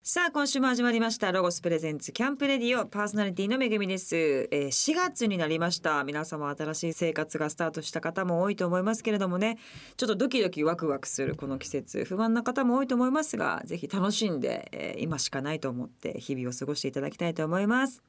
さあ今週も始まりましたロゴスプレゼンツキャンプレディオパーソナリティのめぐみです、えー、4月になりました皆様新しい生活がスタートした方も多いと思いますけれどもねちょっとドキドキワクワクするこの季節不安な方も多いと思いますがぜひ楽しんで、えー今しかないと思って日々を過ごしていただきたいと思います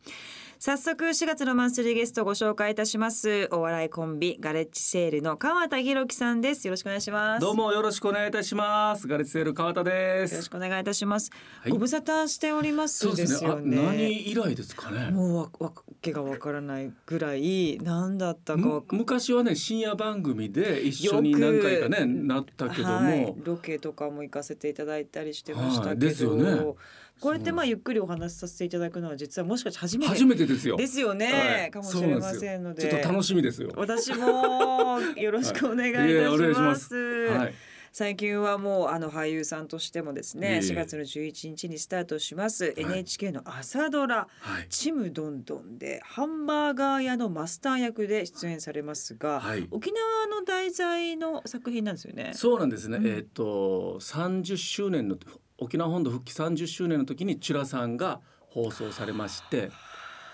早速4月のマンスリーゲストをご紹介いたしますお笑いコンビガレッジセールの川田裕樹さんですよろしくお願いしますどうもよろしくお願いいたします。ガレッジセール川田でよろしす。くお願いいたします、はいご無沙汰しておりますですよねあ何以来ですかね。もうわわけがわからないぐらい何だったかわむか昔はね深夜番組で一緒に何回かねなったけども、はい、ロケとかも行かせていただいたりしてましたけど、はいですよねこれってまあゆっくりお話しさせていただくのは実はもしかして初めて初めてですよ。ですよね、はいかもしれませんのでそうなんすよちょっと楽しみですよ。私もよろしくお願いいたはいいえお願いししま。ますすはい。最近はもうあの俳優さんとしてもですね、ええ4月の11日にスタートします、NHK の朝ドラはい「ちむどんどん」でハンバーガー屋のマスター役で出演されますが、はい沖縄の題材の作品なんですよね。そうなんですね。うんえっ、と三十周年の沖縄本土復帰三十周年の時にチュラさんが放送されまして、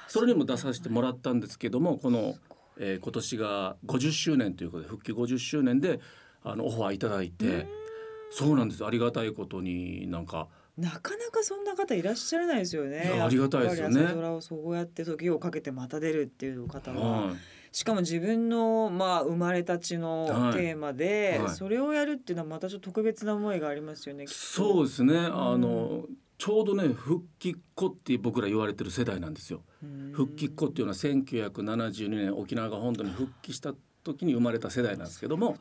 それにも出させてもらったんですけども、この、えー今年が50周年ということで復帰50周年であのオファーいただいて、そうなんです。ありがたいことになんかなかなかそんな方いらっしゃらないですよね。いやありがたいですよねやっぱり朝ドラをそうやって時をかけてまた出るっていう方は、はいしかも自分のまあ生まれたちのはいテーマで、はいそれをやるっていうのはまたちょっと特別な思いがありますよね。きっとそうですね。あの。ちょうどね復帰っ子って僕ら言われてる世代なんですよ。うん復帰っ子っていうのは1972年沖縄が本土に復帰した時に生まれた世代なんですけども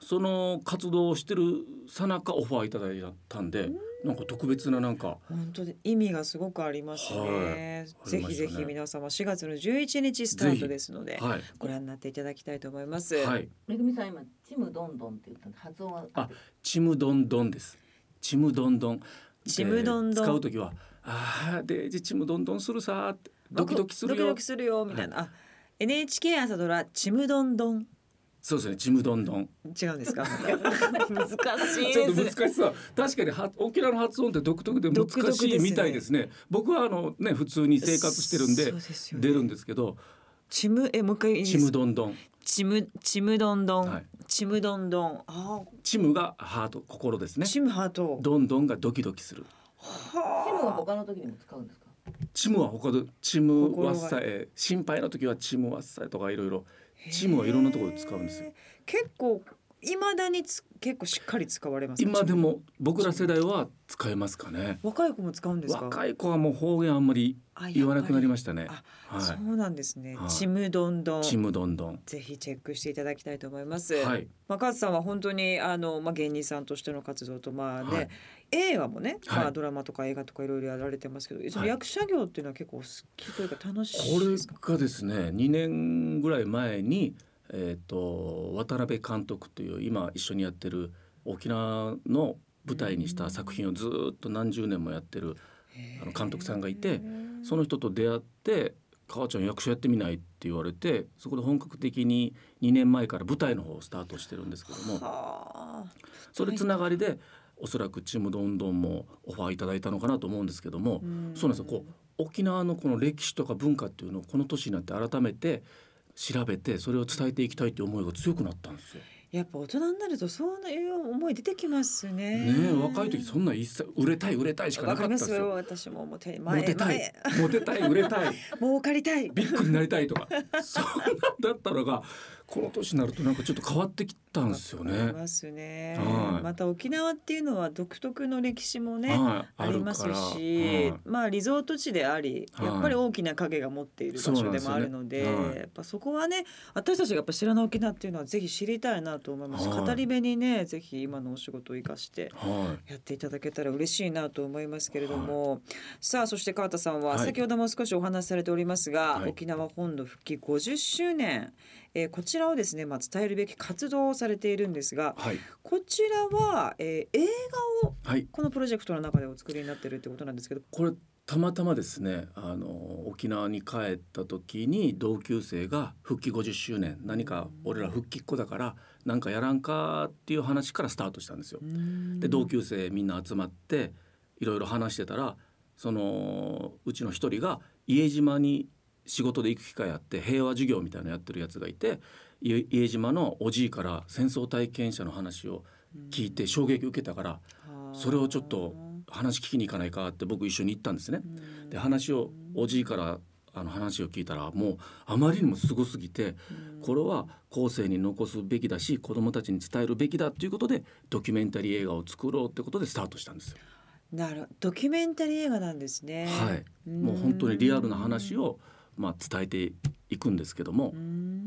その活動をしてるさなかオファーいただいたんでなんか特別ななんか本当に意味がすごくありますね。はいぜひぜひ皆様4月の11日スタートですのではご覧になっていただきたいと思います。いはいめぐみさん今ちむどんどんって言ったの発音はあちむどんどんですちむどんどんちむどんどんえー使う時はあーデージちむどんどんするさーってドキドキするドキよドキするよみたいな。あ NHK 朝ドラちむどんどんそうですねちむどんどん違うんです か。難しいちょっとです難しさ確かには沖縄の発音って独特で難独特ですしねいみたいですね僕はあのね普通に生活してるんでそうすよね出るんですけどちむえもう一回いい「でちすか。むどんどんちむちむどんどはんいちむどんどんあ」ちむがハート心ですあねちむハート。どんどんがドキドキするちむははあ。他の時にも使うんですかちむは他でちむわっ心さえ心配な時はちむわっさえとかいろいろへーチームはいろんなところで使うんですよ。結構いまだにつ結構しっかり使われますね。今でも僕ら世代は使えますかね若い子も使うんですか。若い子はもう方言あんまりあ言わなくなりまししたねあそはうなんですね。はいちむどんどんい。ちむどんどんぜひチェックしていただきたいと思います。はいまあ、カズさんは本当にあの、まあ、芸人さんとしての活動とまあね、はい映画もね、はいまあ、ドラマとか映画とかいろいろやられてますけど、そのはい役者業っていうのは結構お好きというか楽しこいですかれがですね2年ぐらい前に、えー、と渡辺監督という今一緒にやってる沖縄の舞台にした作品をずーっと何十年もやってるあの監督さんがいてその人と出会って「母ちゃん役者やってみない?」って言われてそこで本格的に2年前から舞台の方をスタートしてるんですけどもはあそれつながりでおそらく「ちむどんどん」もオファーいただいたのかなと思うんですけども。そうなんですよこう沖縄のこの歴史とか文化っていうのをこの年になって改めて調べてそれを伝えていきたいという思いが強くなったんですよ。やっぱ大人になるとそういう思い出てきますね。ねえ若い時そんなん一切売れたい売れたいしかなわかかっりたんでますすよよ。私ももう手前モテたい前 モテたい売れたい儲かりたいビッグになりたいとかそんなんだったのがこの年になるとなんかちょっと変わってきたんですよありね。ますね、はいまた沖縄っていうのは独特の歴史もね、はい、ありまするし、からまあリゾート地であり、はいやっぱり大きな影が持っている場所でもあるので、そうなんですよねはいやっぱそこはね、私たちがやっぱ知らない沖縄っていうのはぜひ知りたいなと思います。はい語り部にね、ぜひ今のお仕事を生かしてうんはいやっていただけたら嬉しいなと思いますけれども、さあそして川田さんははい先ほども少しお話しされておりますが、はい沖縄本土復帰50周年、えーこちらをですね、まあ、伝えるべき活動をされているんですがはいこちらは、えー映画をはいこのプロジェクトの中でお作りになってるってことなんですけどこれたまたまですねあの沖縄に帰った時に同級生が復帰50周年何か俺ら復帰っ子だからなんかやらんかっていう話からスタートしたんですよ。で同級生みんな集まっていろいろ話してたらそのうちの一人が家島に仕事で行く機会あって平和授業みたいなのやってるやつがいて家家島のおじいから戦争体験者の話を聞いて衝撃受けたからそれをちょっと話聞きに行かないかって僕一緒に行ったんですね。で話をおじいからあの話を聞いたらもうあまりにもすごすぎてこれは後世に残すべきだし子どもたちに伝えるべきだということでドキュメンタリー映画を作ろうってことでスタートしたんですよ。なるドキュメンタリー映画なんですね。はい、もう本当にリアルな話を、まあ、伝えていくんですけども、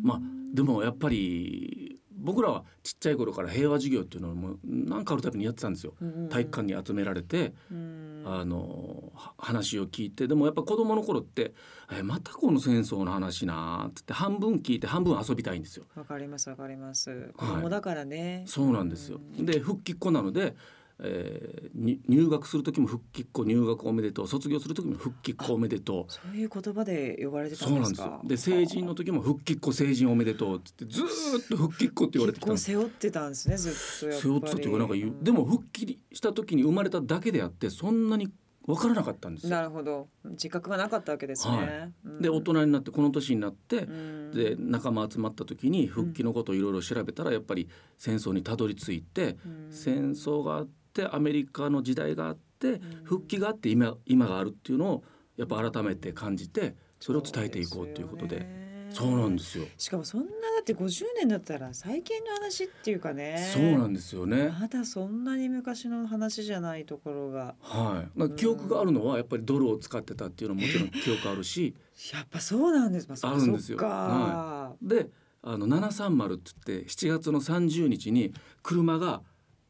まあでもやっぱり僕らはちっちゃい頃から平和授業っていうのをもう何かあるたびにやってたんですよ。体育館に集められてあのは話を聞いてでもやっぱ子供の頃って「えまたこの戦争の話な」っつって半分聞いて半分遊びたいんですよ。わかりますわかります。子供だからね。そうなんですよ。で復帰っ子なので、えーに入学する時も復帰っ子入学おめでとう卒業する時も復帰っ子おめでとう。そういう言葉で呼ばれてたそうんでなんすですよか。で成人の時も復帰っ子成人おめでとうっつってずーっと復帰っ子って言われてきた結構んです背負ってたんですねずっとやっぱり。背負ってたっていうかなんか言うでも復帰した時に生まれただけであってそんなに分からなかったんですよ。なるほど自覚がなかったわけですね。はうんで大人になってこの年になってうんで仲間集まった時に復帰のことをいろいろ調べたらやっぱり戦争にたどり着いてうん戦争があってアメリカの時代があってん復帰があって今今があるっていうのをやっぱ改めて感じてそれを伝えていこうということでそうなんですよね。すよ。しかもそんなだって50年だったら最近の話っていうかね。そうなんですよね。まだそんなに昔の話じゃないところがはい、なんか記憶があるのはやっぱりドルを使ってたっていうのももちろん記憶あるしやっぱそうなんです。まあ、そっかあるんですよそっか、はであの730っつって7月の30日に車が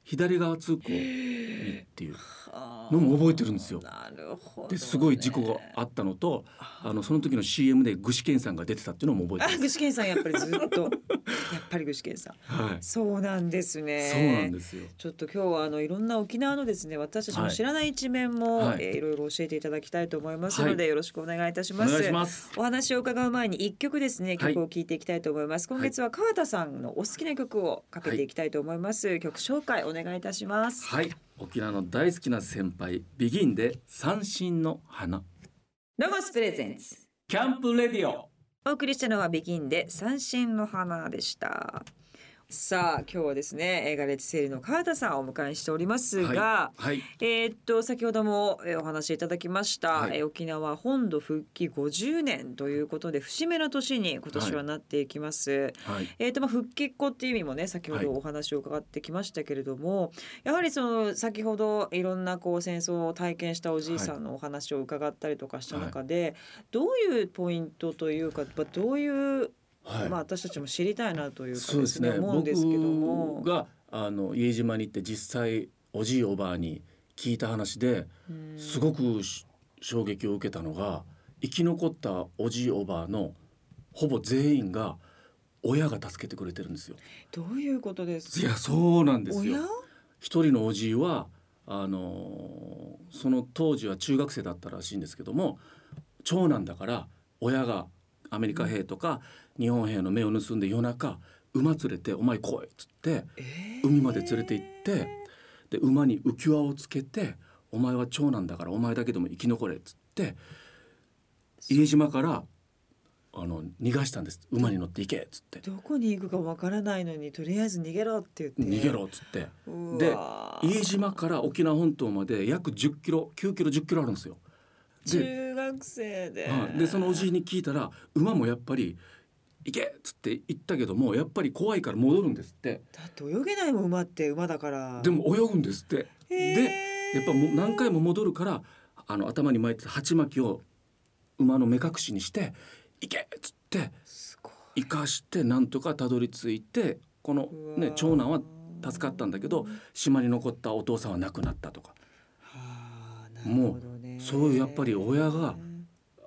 左側通行にっていうはあのも覚えてるんですよなるほど、ね。ですごい事故があったのとあのその時の CM で具志堅さんが出てたっていうのも覚えあ、 て具志堅さんやっぱりず っとやっぱり具志堅さん。ます、はい、そうなんですね。そうなんですよちょっと今日はあのいろんな沖縄のですね私たちのはい知らない一面も、はいいえーいろいろ教えていただきたいと思いますので、はいよろしくお願いいたしおます。願いしますお話を伺う前に一曲ですねはい曲を聴いていきたいと思います、今月は川田さんのお好きな曲をかけていきたいと思います、曲紹介お願いいたしますはい沖縄の大好きな先輩ビギンで三振の花ロゴスプレゼンツキャンプレディオお送りしたのはビギンで三振の花でしたさあ今日はですねえーガレッジセールの川田さんをお迎えしておりますが、はい、はいえーっと先ほどもえーお話しいただきました、はいえー沖縄本土復帰50年ということで節目の年に今年はなっていきます、はいえーとまあ、復帰っ子っていう意味もね先ほはいどお話を伺ってきましたけれども、やはりその先ほどいろんなこう戦争を体験したおじいさんのお話を伺ったりとかした中で、どういうポイントというか、まあ、どういう、はいまあ、私たちも知りたいなというかそうですね思うんですけども僕。があの家島に行って実際おじいおばあに聞いた話でうんすごくし衝撃を受けたのが生き残ったおじいおばあのほぼ全員が親が助けてくれてるんですよ。どういうことですいかやそうなんです親よ。一人のおじいはあのーその当時は中学生だったらしいんですけども長男だから親がアメリカ兵とか日本兵の目を盗んで夜中馬連れて「お前来い」っつって海まで連れて行ってで馬に浮き輪をつけて「お前は長男だからお前だけでも生き残れ」っつって家島からあの逃がしたんです馬に乗って行けっつってどこに行くかわからないのにとりあえず逃げろって言って逃げろっつって。うでわー家島から沖縄本島まで約10キロ9キロ10キロあるんですよ。で,中学生で、はい、でそのおじいに聞いたら馬もやっぱり「行け!」っつって行ったけどもやっぱり怖いから戻るんですってだって泳げないもん馬って馬だからでも泳ぐんですって。でやっぱもう何回も戻るからあの頭に巻いてた鉢巻きを馬の目隠しにして「行け!」っつってすごい生かしてなんとかたどり着いてこの、ね、長男は助かったんだけど島に残ったお父さんは亡くなったとか。はあなもうるほどねそういうやっぱり親が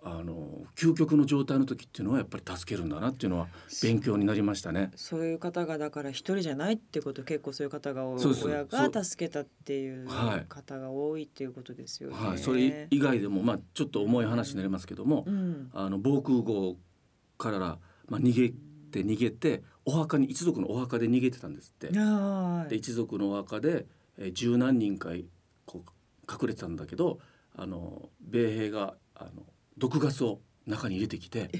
あの究極の状態の時っていうのはやっぱり助けるんだなっていうのは勉強になりましたね。そういう方がだから一人じゃないってこと結構そういう方が多いそうです親そが助けたっていうはい方が多いっていうことですよね。はい、それ以外でもまあちょっと重い話になりますけども、うん、あの防空壕からまあ逃げて逃げてお墓に一族のお墓で逃げてたんですって。はで一族のお墓でえー十何人かこう隠れてたんだけどあの米兵があの毒ガスを中に入れて きて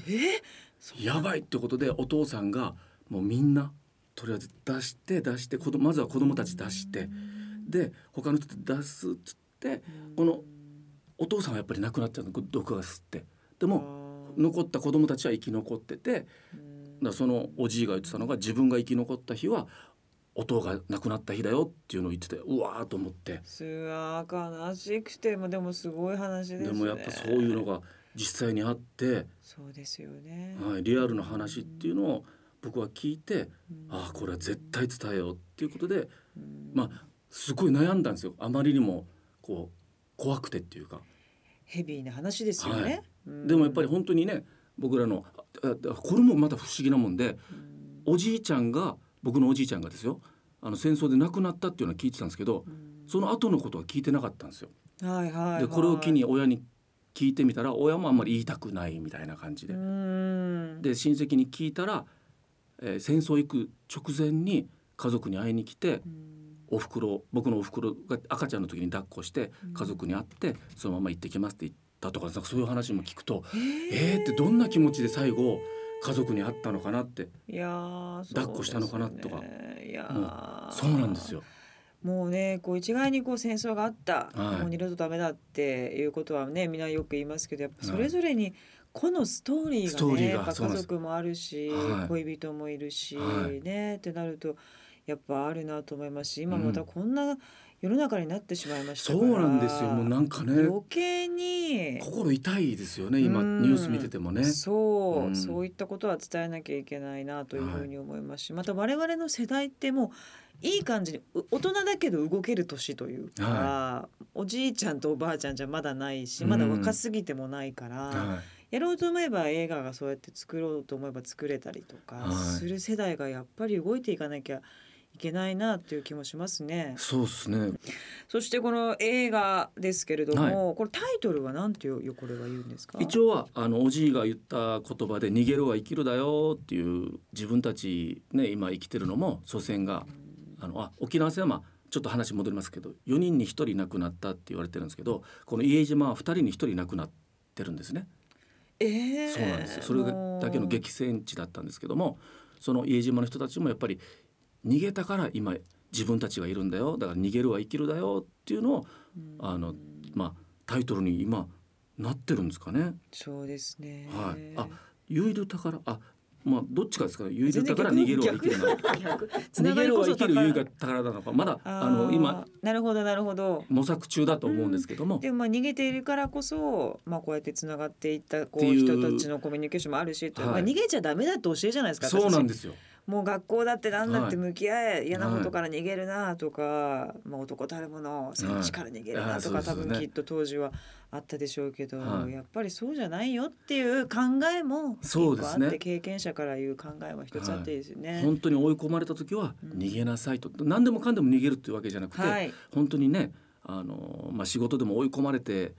やばいってことでお父さんがもうみんなとりあえず出して出して子供まずは子供たち出してで他の人出すっつってこのお父さんはやっぱり亡くなっちゃうの毒ガスって。でも残った子供たちは生き残っててだからそのおじいが言ってたのが自分が生き残った日はお父が亡くなった日だよっていうのを言っててうわーと思ってすわー悲しくてもでもすごい話ですねでもやっぱそういうのが実際にあって、そうですよね、はい、リアルな話っていうのを僕は聞いてうんああこれは絶対伝えようっていうことでうんまあすごい悩んだんですよあまりにもこう怖くてっていうかヘビーな話ですよね、はいうんでもやっぱり本当にね僕らのああこれもまた不思議なもんでうんおじいちゃんが僕のおじいちゃんがですよあの戦争で亡くなったっていうのは聞いてたんですけどうんその後のことは聞いてなかったんですよ。はいはい、はい、でこれを機に親に聞いてみたら親もあんまり言いたくないみたいな感じでう。んで親戚に聞いたら、えー戦争行く直前に家族に会いに来てうんお袋を僕のお袋が赤ちゃんの時に抱っこしてうん家族に会ってそのまま行ってきますって言ったとかなんかそういう話も聞くとえーえーってどんな気持ちで最後家族に会ったのかなっていやーそう抱っこしたのかなですとかねいやーそうなんですよ。もうねこう一概にこう戦争があった、はいもう二度とダメだっていうことはねみんなよく言いますけどやっぱそれぞれに個のストーリースがトーリねーがやっぱそ家うなんです族もあるし、はい恋人もいるし、はいねってなるとやっぱあるなと思いますし今うんまたこんな世の中になってしまいましたそから、うなんですよもうなんかね余計に心痛いですよね今うんニュース見ててもね。そう、うんそういったことは伝えなきゃいけないなというふうに思いますし、また我々の世代ってもういい感じにう大人だけど動ける年というか、はおじいちゃんとおばあちゃんじゃまだないしうんまだ若すぎてもないから、はやろうと思えば映画がそうやって作ろうと思えば作れたりとかはいする世代がやっぱり動いていかなきゃいけないなという気もしますねい、。そうですね。そしてこの映画ですけれども、これタイトルはなんていうこれは言うんですか一応はあのおじいが言った言葉で「逃げろは生きるだよ」っていう自分たちね今生きてるのも祖先があのあ沖縄戦はまあちょっと話戻りますけど4人に1人亡くなったって言われてるんですけどこの家島は2人に1人亡くなってるんですね。えーそうなんですよそれもうだけの激戦地だったんですけどもその家島の人たちもやっぱり逃げたから今自分たちがいるんだよだから逃げるは生きるだよっていうのをうんあのまあタイトルに今なってるんですかね。そうですね。はいあゆいる宝あまあどっちかですからゆいる宝逃げるは生きるなのか逆逃げるは生きるゆいがが宝なのかまだああのの今今なるほどなるほど。模索中だと思うんですけども、でもまあ逃げているからこそ、まあこうやってつながっていったこってういう人たちのコミュニケーションもあるし、というはいまあ逃げちゃダメだって教えじゃないですか。。そうなんですすよもう学校だってなんだって向き合え、嫌なことはいから逃げるなとか、まあ男たるもの戦地から逃げるなとか、は多いあーそうですよね分きっと当時はあったでしょうけど、はいやっぱりそうじゃないよっていう考えも一そうで個あすねって、経験者からいう考えは一つあっていいですよね。本当に追い込まれた時はうん逃げなさいと、何でもかんでも逃げるっていうわけじゃなくて、はい。本当にねあの、まあ、仕事でも追い込まれて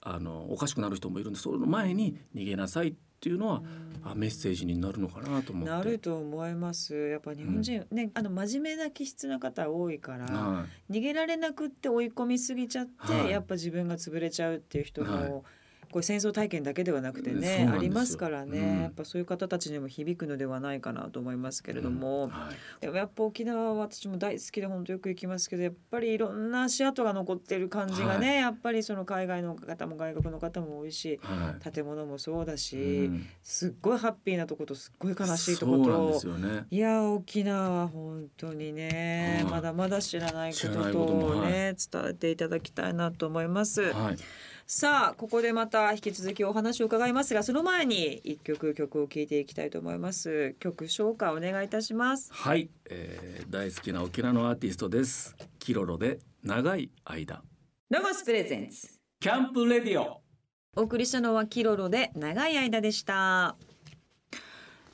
あのおかしくなる人もいるんでその前に逃げなさいっていうのは、あメッセージになるのかなと思って。なると思いますやっぱ日本人、ねあの真面目な気質な方多いから、は逃げられなくって追い込みすぎちゃって、はいやっぱ自分が潰れちゃうっていう人も、はいこう戦争体験だけではなくてそうなんねですあよりますからね、うんやっぱそういう方たちにも響くのではないかなと思いますけいれども、うんはいでもやっぱ沖縄は私も大好きで本当よく行きますけどやっぱりいろんな足跡が残ってる感じがね、やっぱりその海外の方も外国の方も多いしは建物もそうだいし。うんすっごいハッピーなとことすっごい悲しいとそうなんでこすと。よね。いやー沖縄は本当にね、はいまだまだ知らないこと知らないことともはいね伝えていただきたいなと思います、はい、さあここでまた引き続きお話を伺いますがその前に一曲曲を聴いていきたいと思います曲紹介お願いいたしますはい、えー、大好きな沖縄のアーティストです。キロロで長い間。ロゴスプレゼンツキャンプレディオ。お送りしたのはキロロで長い間でした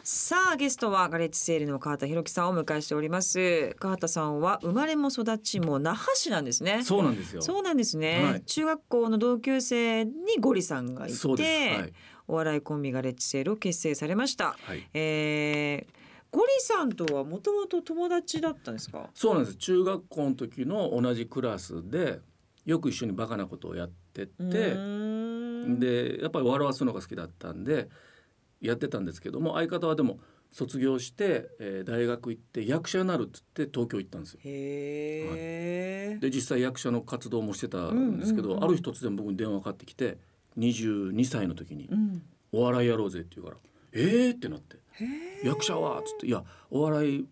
さあゲストはガレッジセールの川田博樹さんをお迎えしております川田さんは生まれも育ちも那覇市なんですねそうなんですよ。そうなんですね、はい中学校の同級生にゴリさんがいて、そうです。はい。お笑いコンビガレッジセールを結成されました、はい。えー、ゴリさんとはもともと友達だったんですかそうなんです。中学校の時の同じクラスで。よく一緒にバカなことをやってうて、ーんでやっぱり笑わすのが好きだったんでやってたんですけども相方はでも卒業して、えー大学行って役者になるっつって東京行ったんですよ。へえ、で実際役者の活動もしてたんですけど、うんうんうんある日突然僕に電話かかってきて22歳の時にうん、 「お笑いやろうぜ」って言うから「えー!」ってなってへ「役者は」っつって「いやお笑い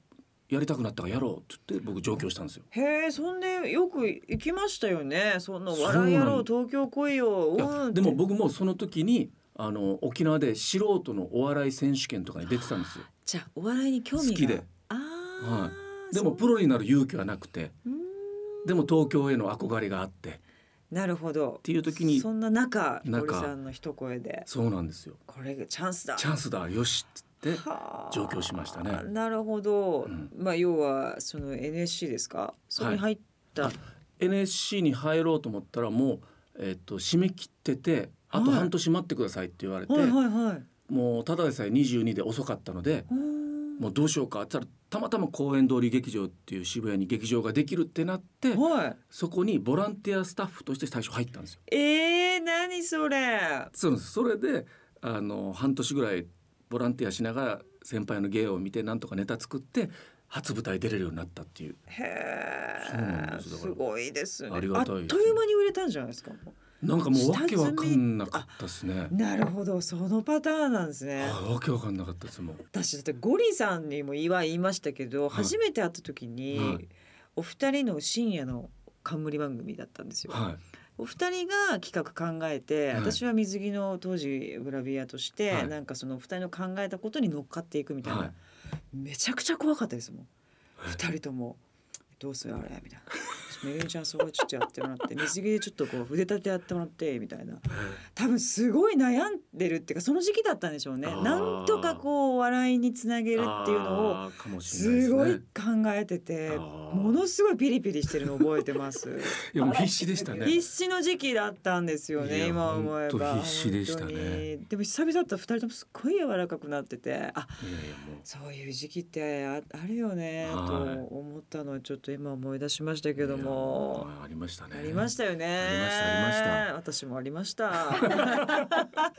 やりたくなったからやろう」っつって僕上京したんですよ。えへえそんでよく行きましたよねそんなそうなの笑いやろう東京来いよいやうんってでも僕もその時にあの沖縄で素人のお笑い選手権とかに出てたんですよ。じゃあお笑いに興味が好きでああ、はでもプロロになる勇気はなくてでも東京への憧れがあってっなるほどていう時にそんな中中堀さんの一声でそうなんですよこれがチャンスだチャンスだよしっつってはあ上京しましたねなるほど、うんまあ要はその NSC ですかそれに入った、はい NSC に入ろうと思ったらもう、えっと締め切っててあとはい半年待ってくださいって言われて、はいはいはいもうただでさえ22で遅かったのでもうどうしようかって言ったらたまたま公園通り劇場っていう渋谷に劇場ができるってなってはそこにボランティアスタッフとして最初入ったんですよ。いえー、何それそうなんですそれであの半年ぐらいボランティアしながら先輩の芸を見てなんとかネタ作って初舞台出れるようになったっていうそうなんへえですすだからごいですねありがたいですあっという間に売れたんじゃないですかなんかもうわけわかんなかったですね。なるほどそのパターンなんですねはいわけわかんなかったですもん。私だってゴリさんにも言いは言いましたけど、はい初めて会った時に、はいお二人の深夜の冠番組だったんですよ、はいお二人が企画考えて、はい私は水着の当時グラビアとして、はいなんかそのお二人の考えたことに乗っかっていくみたいな、はいめちゃくちゃ怖かったですもん二人とも「どうするあれ」みたいな「めぐみちゃんそこちょっとやってもらって水着でちょっとこう筆立てやってもらって」みたいな多分すごい悩んでるっていうかその時期だったんでしょうねあーなんとかこう笑いにつなげるっていうのをあーかもしれないですすごいね考えててあーものすごいピリピリしてるの覚えて ます。いやもう必死でしたね。必死の時期だったんですよいねや今思えばほんと必死でしたね本当にでも久々だったら二人ともすっごい柔らかくなっててあいやいやもうそういう時期ってああるよねはいと思ったのをちょっと今思い出しましたけどもいやはいありましたね。ありましたよねありましたありました私もありました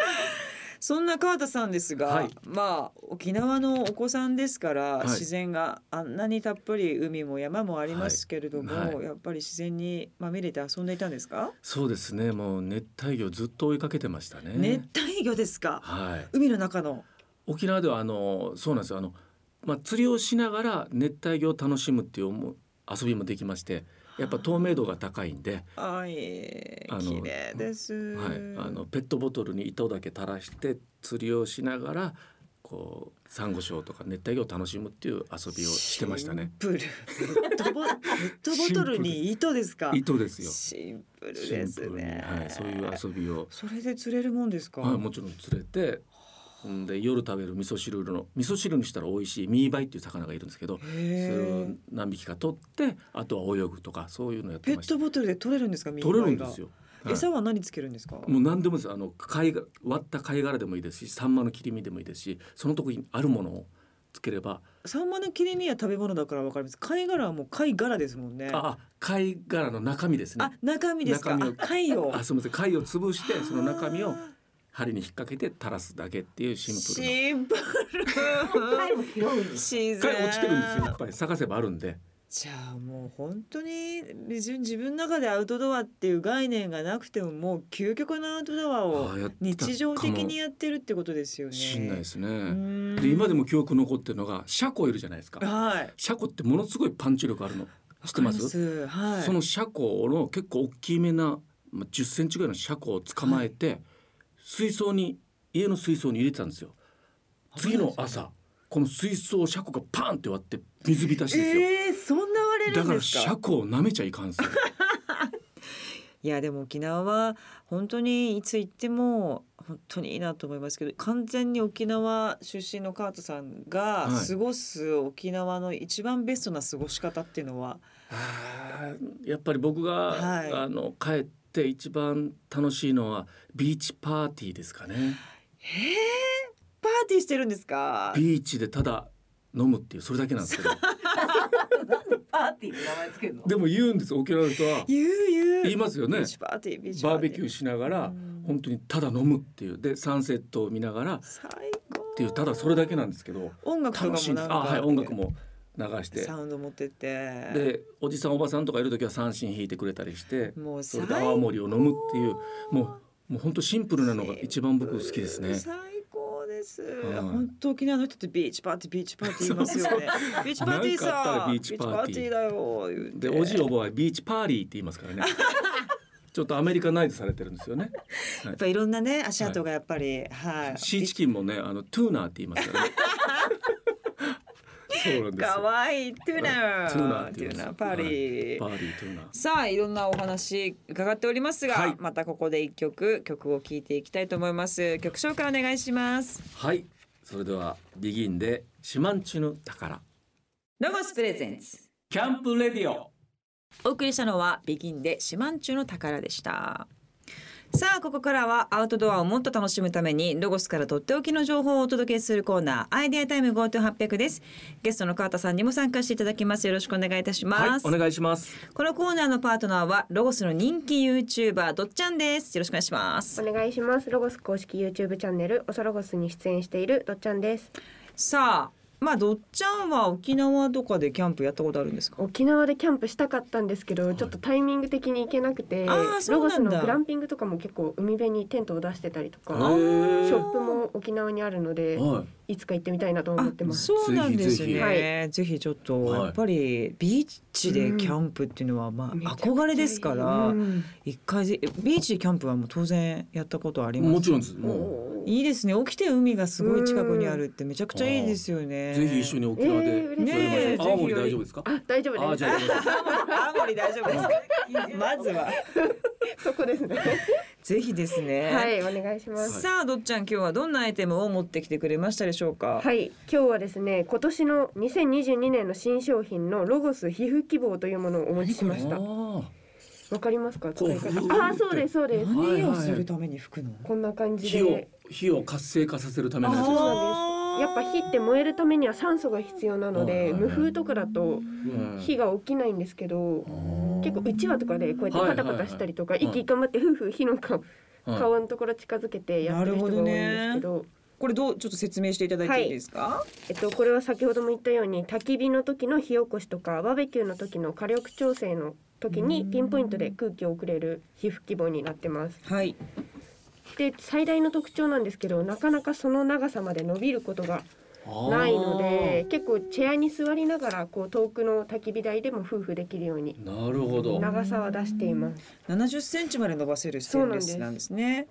そんな川田さんですが、はいまあ沖縄のお子さんですから、はい自然があんなにたっぷり海も山もありますけれども、はいはいやっぱり自然にまみれて遊んでいたんですか、そうですね。もう熱帯魚ずっと追いかけてましたね。熱帯魚ですかはい。海の中の沖縄ではあのそうなんですよあの、まあ、釣りをしながら熱帯魚を楽しむっていう思う遊びもできましてやっぱ透明度が高いんで、はいえあの綺麗です、はい、あのペットボトルに糸だけ垂らして釣りをしながらこうサンゴ礁とか熱帯魚を楽しむっていう遊びをしてましたね。シンプルペットボペットボトルに糸ですか糸ですよシンプルですねはい、そういう遊びを、それで釣れるもんですか、はい、もちろん釣れてんで夜食べる味噌汁の味噌汁にしたら美味しいミーバイっていう魚がいるんですけどそれへをえ何匹か取ってあとは泳ぐとかそういうのやってペまッしたト。ボトルで取れるんですかミー取れバるイんがですよ。はい餌は何つけるんですかもう何でもいいですあの貝が割った貝殻でもいいですしサンマの切り身でもいいですしそのとこにあるものをつければ、サンマの切り身は食べ物だからわかります貝殻はもう貝殻ですもんねああ貝殻の中身ですねあ中身ですか中あ身を貝をあすみません貝を潰してその中身をあー針に引っ掛けて垂らすだけっていうシンプルなシンプ貝ルも広いんです。自然貝落ちてるんですよいっぱい探せばあるんでじゃあもう本当に自分自分の中でアウトドアっていう概念がなくてももう究極のアウトドアをあーやってたかも日常的にやってるってことですよね。しんないですね。でで今でも記憶残ってるのがシャコいるじゃないですかはい。シャコってものすごいパンチ力あるの知ってますわかりはい。その車庫の結構大きめなまあ10センチぐらいの車庫を捕まえて、水槽に家の水槽に入れてたんですよ次の朝この水槽を車庫がパンって割って水浸しですよ、えーそんな割れるだんからです車か。庫を舐めちゃいかんすよいやでも沖縄は本当にいつ行っても本当にいいなと思いますけど、完全に沖縄出身のカートさんがはい過ごす沖縄の一番ベストな過ごし方っていうのは、あーやっぱり僕が、はいあの帰って一番楽しいのはビーチパーティーですかねへえパーティーしてるんですか。ビーチでただ飲むっていうそれだけなんですけどパーティーって名前つけるの。でも言うんです沖縄の人は言う言う言いますよビねーチパーティービーチパバーーテベィーキューしながうらん本当にただ飲むっていうでサンセットを見ながらっ最高ていうただそれだけなんですけど音楽とか楽しいもなんんですかあはい音楽も流してサウンド持っててでおじさんおばさんとかいる時は三振弾いてくれたりしてもうそ最れで泡盛を飲むっていうもうもう本当シンプルなのが一番僕好きですね。最高です、い本当沖縄の人ってビーチパーティービーチパーティー言いますよねビーチパーティーなんかあったさらビーチパーティービーチだよ言うてでおじいおばはビーチパーリーって言いま すからねちょっとアメリカナイズされてるんですよねやっぱいろんなね足跡がやっぱりはい、シーチキンもねあのトゥーナーって言いま すからねそうなんですかよわいいトゥーナートゥーナーってトゥ言うーんですナーパーリー、パーリートゥーナーさあいろんなお話伺っておりますが、はいまたここで一曲曲を聴いていきたいと思います曲紹介お願いしますはいそれではビギンでシマンチュヌ宝ロゴスプレゼンツキャンプレディオお送りしたのはビギンで四万中の宝でしたさあここからはアウトドアをもっと楽しむためにロゴスからとっておきの情報をお届けするコーナーアイデアタイム GoTo800 ですゲストの川田さんにも参加していただきますよろしくお願いいたしはまいす、お願いしますこのコーナーのパートナーはロゴスの人気 YouTuber どっちゃんですよろしくお願いしますお願いしますロゴス公式 YouTube チャンネルおそロゴスに出演しているどっちゃんですさあまあどっちゃんは沖縄とかでキャンプやったことあるんですか沖縄でキャンプしたかったんですけど、はいちょっとタイミング的に行けなくてあーそロうゴなスんだのグランピングとかも結構海辺にテントを出してたりとへかーシーョップも沖縄にあるのではいつか行ってみたいなと思あって、ますそうなんですぜひね。ぜぜひひ,、はちょっと、はいやっぱりビーチでキャンプっていうのは、まあめちゃくちゃいい憧れですからう。ん一回ぜビーチでキャンプはもう当然やったことありいます。もちろんですもいいですね。起きて海がすごい近くにあるってめちゃくちゃいいですようね。ぜひ 一緒に沖縄でえー嬉しいやりましねえょう青森大丈夫ですかあ大丈夫あでじすゃあやりましょう青森大丈夫です か。まずはそこですねぜひですね。はいお願いしますさあどっちゃん今日はどんなアイテムを持ってきてくれましたでしょうか。はい今日はですね今年の2022年の新商品のロゴス皮膚希望というものをお持ちしましたあーわかりますか使い方こうあーそうですそうです何をはいすはいるために吹くの。こんな感じ火をで火を活性化させるためのやつですあーやっぱ火って燃えるためには酸素が必要なのはいはいではい無風とかだとうん火が起きないんですけどあ結構うちわとかでこうやってパタパタしたりとかはいはいはい息頑張って夫婦火の顔ー顔のところ近づけてやってる人が多いんですけどこれどうちょっと説明していただいていいですか。えっとこれは先ほども言ったように焚き火の時の火起こしとかバーベキューの時の火力調整の時にピンポイントで空気を送れる皮膚規模になってます。はい。で最大の特徴なんですけどなかなかその長さまで伸びることがないので結構チェアに座りながらこう遠くの焚き火台でも夫婦できるようにあーなるほど長さは出しています。七十センチまで伸ばせるステンレスなんですね。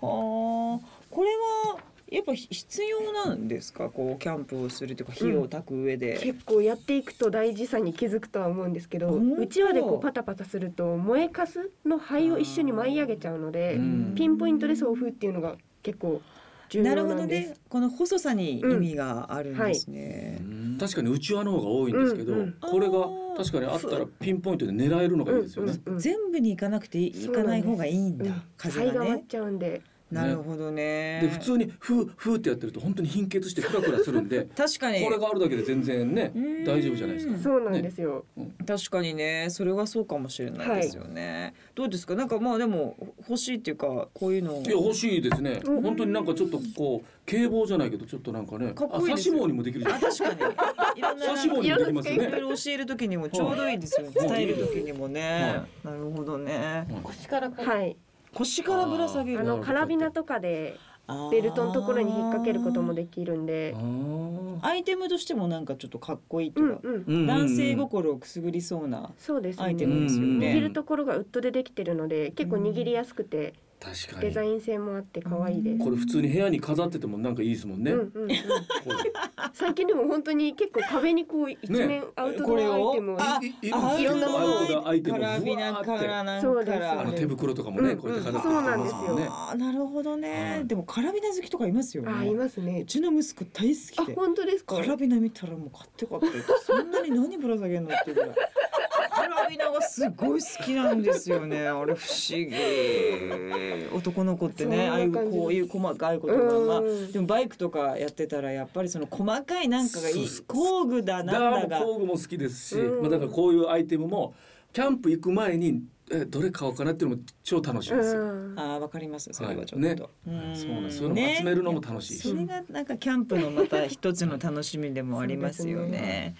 はあ、これはやっぱ必要なんですか。こうキャンプをするというか火を焚く上で。結構やっていくと大事さに気づくとは思うんですけど本当うちわでこうパタパタすると燃えかすの灰を一緒に舞い上げちゃうのでうんピンポイントで送風っていうのが結構重なる要ほなどんです。ね。この細さに意味があるんですね。確かにうちわの方が多いんですけど、うんうんこれがあー確かにあったらピンポイントで狙えるのがいいですよね。うんうんうん全部に行かなくていいそ行うなかんですない方がいいんだ。風灰ががね割っ。ちゃうんでなるほどね。で普通にふーふーってやってると本当に貧血してクラクラするんで、確かにこれがあるだけで全然ねうん大丈夫じゃないですか。そうなんですよ。確かにねそれはそうかもしれないですよね、どうですかなんかまあでも欲しいっていうかこういうのをいや欲しいですね。うん本当になんかちょっとこう警棒じゃないけどちょっとなんかね、かっこいいですあ刺し棒にもできるじゃあん。刺確か にいろんなし棒にもできますよいろいね。ろ教える時にもちょうどいいですよね、はい伝える時にもねは、なるほどね腰からか。はい、腰からぶら下げあるのカラビナとかでベルトのところに引っ掛けることもできるんであ、ーアイテムとしてもなんかちょっとかっこいいとういんうか、うん、うんうんうん男性心をくすぐりそうなそうですアイテね。ムですよね、握るところがウッドでできてるので結構握りやすくて確かデザに。イン性もあって可愛いです。これ普通に部屋に飾っててもなんかいいですもんね。うんうんうこん、れ最近でも本当に結構壁にこう一面アウトドアアイテムを、あいいあいろんなものアウトドアアイテムカをラビナぶかわーってらなんそうかですらあの手袋とかもうねんこうやって飾ってる人いますもんね。あーなるほどね、はいでもカラビナ好きとかいますよねあいますうね。ちの息子大好あきで本当ですかカ。ラビナ見たらもう買って買ってってそんなに何ぶら下げんのっていうぐらい白いのがすごい好きなんですよね。あれ不思議。男の子ってそんね、なああいう感じこういう細かいことが、まあ、でもバイクとかやってたらやっぱりその細かいなんかがいいそう工具だだかなんだらが。工具も好きですし、うんまあ、だからこういうアイテムもキャンプ行く前にえどれ買おうかなっていうのも超楽しいですよ。うんああわかります。それはちょっはいねと。はいそうなんですんそういうのも集めるのも楽しいしそれがなんかキャンプのまた一つの楽しみでもありますよそうですね。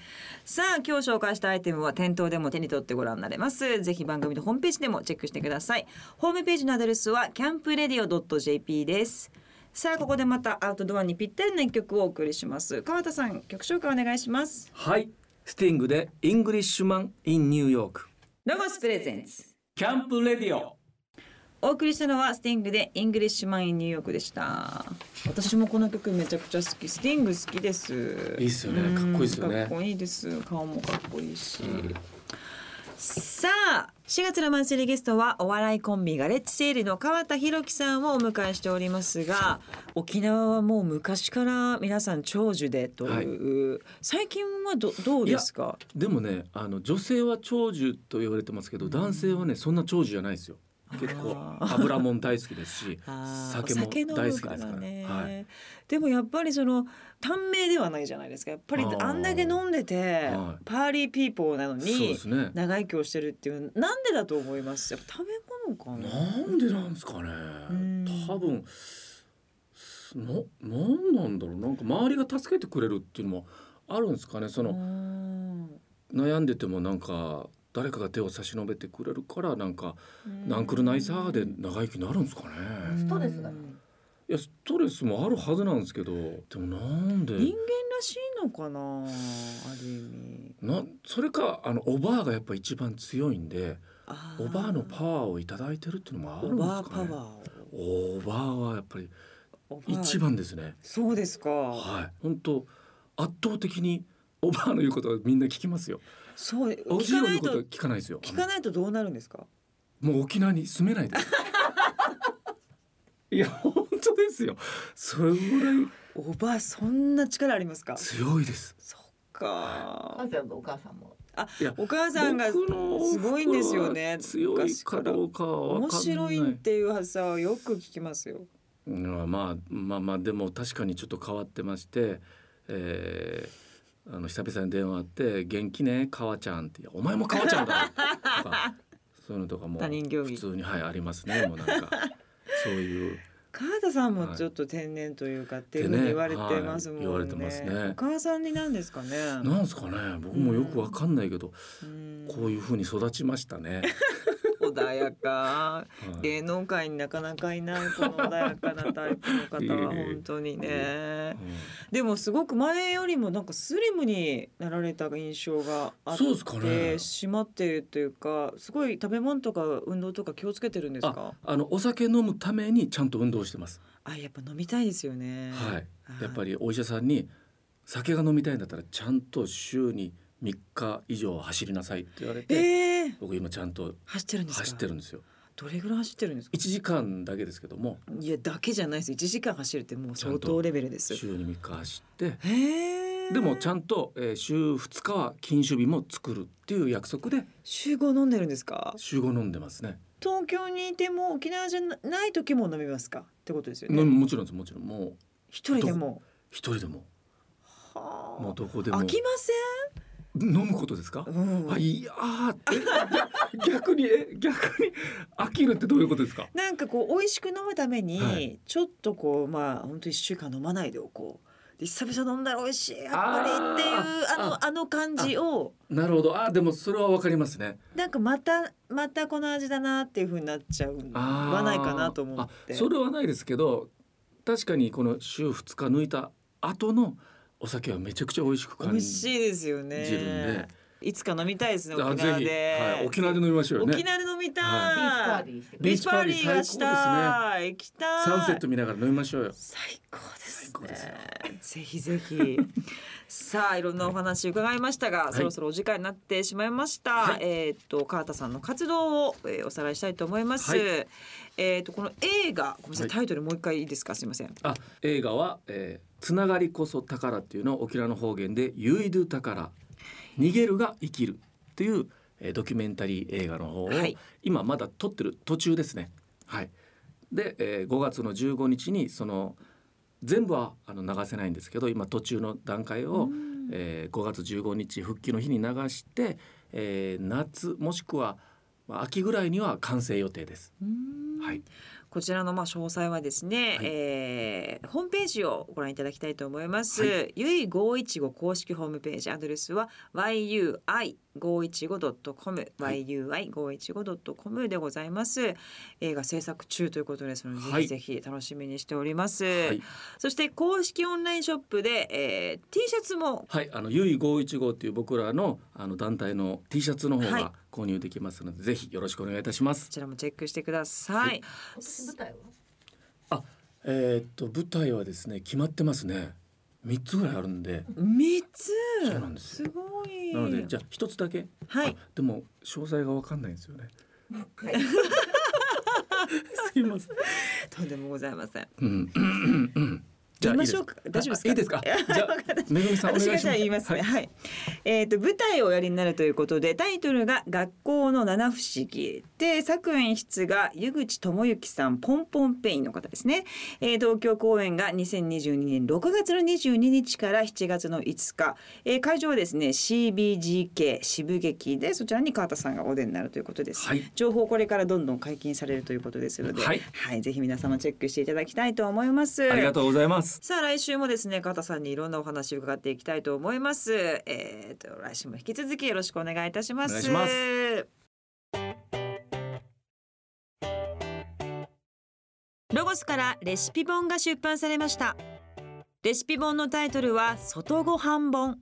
さあ今日紹介したアイテムは店頭でも手に取ってご覧になれます。ぜひ番組のホームページでもチェックしてください。ホームページのアドレスはキャンプレディオドット jp です。さあここでまたアウトドアにぴったりの一曲をお送りします。川田さん曲紹介お願いします。はい、スティングでイングリッシュマンインニューヨークロゴスプレゼンツ。キャンプレディオ。お送りしたのはスティングでイングリッシュマンインニューヨークでした。私もこの曲めちゃくちゃ好き。スティング好きです。いいっすよねかっこいいっすようんねかっこいいです。顔もかっこいいし。さあ4月のマンスリーゲストはお笑いコンビガレッジセールの川田裕樹さんをお迎えしておりますが沖縄はもう昔から皆さん長寿でという、最近はどどうですかでもね、あの女性は長寿と言われてますけど、男性はねそんな長寿じゃないですよ。結構あー、油もん大好きです しあー酒もお大好きで飲すかむら。ねはい。でもやっぱりその短命ではないじゃないですかやっぱりあーあんだけ飲んでてはいパーリーピーポーなのそうでにすね。長生きをしてるっていうなんでだと思いますやっぱ食べ物かななんでなんですかねん。多分。な、なんなんだろう。なんか周りが助けてくれるっていうのもあるんですかね。その、悩んでてもなんか誰かが手を差し伸べてくれるからなんかなんくるないさーで長生きになるんですかね。ストレスがいやストレスもあるはずなんですけど、でもなんで人間らしいのかなある意味なそれかあのおばあがやっぱ一番強いんであーおばあのパワーをいただいてるっていうのもあるおんでばあすパかワねー。おばあはやっぱりをおばあ一番ですね。そうですか、はい、本当圧倒的におばあの言うことはみんな聞きますよ。そうおじい聞かなの言ういことはと聞かないですよ。聞かないとどうなるんですかもう沖縄に住めない です。いや本当ですよ。それぐらいおばあそんな力ありますか強いです。そっか母ちゃんとお母さんも。いやお母さんが僕のすごいんですよね強いかどうかは分面かんない。白いっていう発想をよく聞きますようんまあまあまあでも確かにちょっと変わってまして、えーあの久々に電話あって「元気ね川ちゃん」っていや「お前も川ちゃんだ!」とかそういうのとかも他人行儀普通にはいありますねもうなんかそういう川田さんもちょっと天然というかっていうふうに言われてますもんね,、はい言われてますねお母さんになんですかねなんですかね僕もよく分かんないけど、うんこういうふうに育ちましたね。穏やかはい芸能界になかなかいないこの穏やかなタイプの 方は本当にねでもすごく前よりもなんかスリムになられた印象があっそうですかねてしまっているというかすごい食べ物とか運動とか気をつけてるんですかあのお酒飲むためにちゃんと運動してます。あやっぱ飲みたいですよねはい、やっぱりりお医者さんに酒が飲みたいんだったらちゃんと週に3日以上走りなさいって言われえて、ー僕今ちゃんと走ってるんですか走ってるんですよどれぐらい走ってるんですか1時間だけですけどもいやだけじゃないです1時間走るってもう相ちゃん当とレベルです週に3日走ってへえでもちゃんんと、えー週2日は禁酒日も作るっていう約束で週合飲んでるんですか週5飲んでますね東京にいても沖縄じゃない時も飲みますかってことですよ飲みね。もちろんですもちろんもう一人でも。一人でもはあもうどこでも飽き飲まむことですかせん。うんあいやーえ 逆にえ逆に飽きるってどういうことですかなんかこう美味しく飲むために、はいちょっとこうまあ本当一週間飲まないでおこう。で久々飲んだら美味しいやっぱりっていうあーあのああの感じをなるほど。あ、でもそれはわかりますね。なんかまたまたこの味だなっていう風になっちゃうあーはないかなと思って。あそれはないですけど、確かにこの週2日抜いた後のお酒はめちゃくちゃ美味しく美感味じしいですよね。自分でいつか飲みたいですねあ沖ぜひ縄で。はい、沖縄で飲みましょうよね。沖縄で飲みたい。はビーチパーティーしてくビれーチパーティーがしたい、行きたい。サンセット見ながら飲みましょうよ。最高です最高ねですよ。ぜひぜひ。さあ、いろんなお話伺いましたが、いそろそろお時間になってしまいました。はいえーっと、川田さんの活動を、えーおさらいしたいと思います。はいえーっと、この映画、ごめんなさい、はいタイトルもう一回いいですか、すみません。あ、映画は、えーつながりこそ宝っていうのを沖縄の方言でユイドゥ宝、逃げるが生きるっていう、えードキュメンタリー映画の方を、はい今まだ撮ってる途中ですね。はい、で、えー5月の15日にその全部はあの流せないんですけど今途中の段階を、えー5月15日復帰の日に流して、えー夏もしくはまあ秋ぐらいには完成予定です。はい、こちらのまあ詳細はですね、はいえーホームページをご覧いただきたいと思います。はゆい五一五公式ホームページアドレスは yui 五一五ドットコムはい yui 五一五ドットコムでございます。映画制作中ということですので、はいぜひぜひ楽しみにしております。はいそして公式オンラインショップで、えー、T シャツもはい、あのゆい五一五っていう僕らのあの団体の T シャツの方はいが購入できますので、ぜひよろしくお願いいたしまこす。ちらもチェックしてください。今年舞台はえーっと舞台はですね決まってますね。三つぐらいあるんで。三、つそうなんですよごい。なのでじゃあ一つだけ。はいあ。でも詳細がわかんないんですよね。 すいません。とんでもございません。うんうんうんうんじゃあいいです言いましょうか大丈夫ですかあいいですか。 じゃあめぐみさんお私願いしがます。じゃあ言いますね。ははいい、えっ、と舞台をおやりになるということでタイトルが学校の七不思議で作演出が湯口智之さんポンポンペインの方ですね。えー、東京公演が2022年6月の22日から7月の5日、えー、会場はですね CBGK 渋劇でそちらに川田さんがお出になるということです。はい情報これからどんどん解禁されるということですので、はいぜひ皆様チェックしていただきたいと思います。ありがとうございます。さあ来週もですね加藤さんにいろんなお話を伺っていきたいと思いますえー、と来週も引き続きよろしくお願いいたしますお願いしますロゴスからレシピ本が出版されましたレシピ本のタイトルは外ご飯本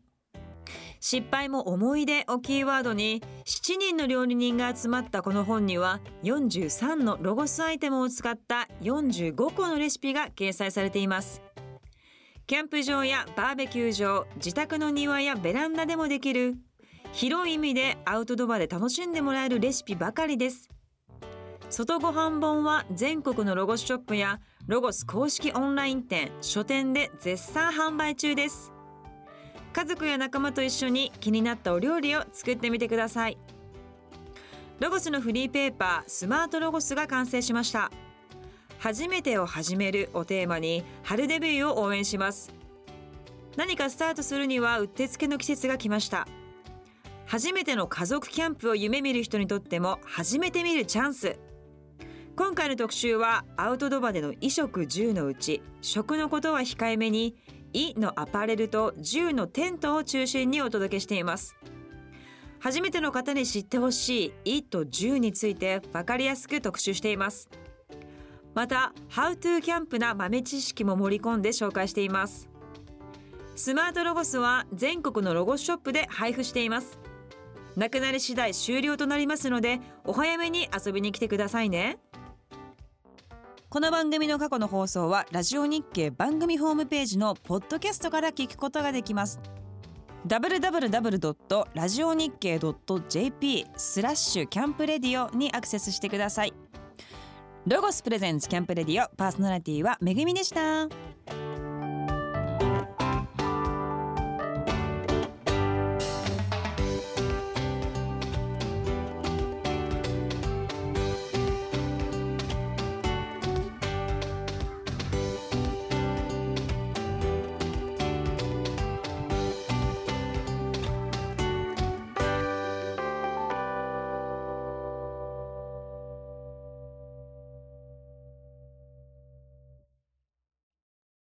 失敗も思い出をキーワードに7人の料理人が集まったこの本には43のロゴスアイテムを使った45個のレシピが掲載されていますキャンプ場やバーベキュー場自宅の庭やベランダでもできる広い意味でアウトドアで楽しんでもらえるレシピばかりです外ご飯本は全国のロゴスショップやロゴス公式オンライン店書店で絶賛販売中です家族や仲間と一緒に気になったお料理を作ってみてくださいロゴスのフリーペーパースマートロゴスが完成しました初めてを始めるをテーマに春デビューを応援します何かスタートするにはうってつけの季節が来ました初めての家族キャンプを夢見る人にとっても初めて見るチャンス今回の特集はアウトドアでの衣食住のうち食のことは控えめに衣のアパレルと住のテントを中心にお届けしています初めての方に知ってほしい衣と住について分かりやすく特集していますまた How to キャンプな豆知識も盛り込んで紹介していますスマートロゴスは全国のロゴスショップで配布していますなくなり次第終了となりますのでお早めに遊びに来てくださいねこの番組の過去の放送はラジオ日経番組ホームページのポッドキャストから聞くことができます www.radionickei.jp スラッシュキャンプレディオにアクセスしてくださいロゴスプレゼンツキャンプレディオパーソナリティはめぐみでした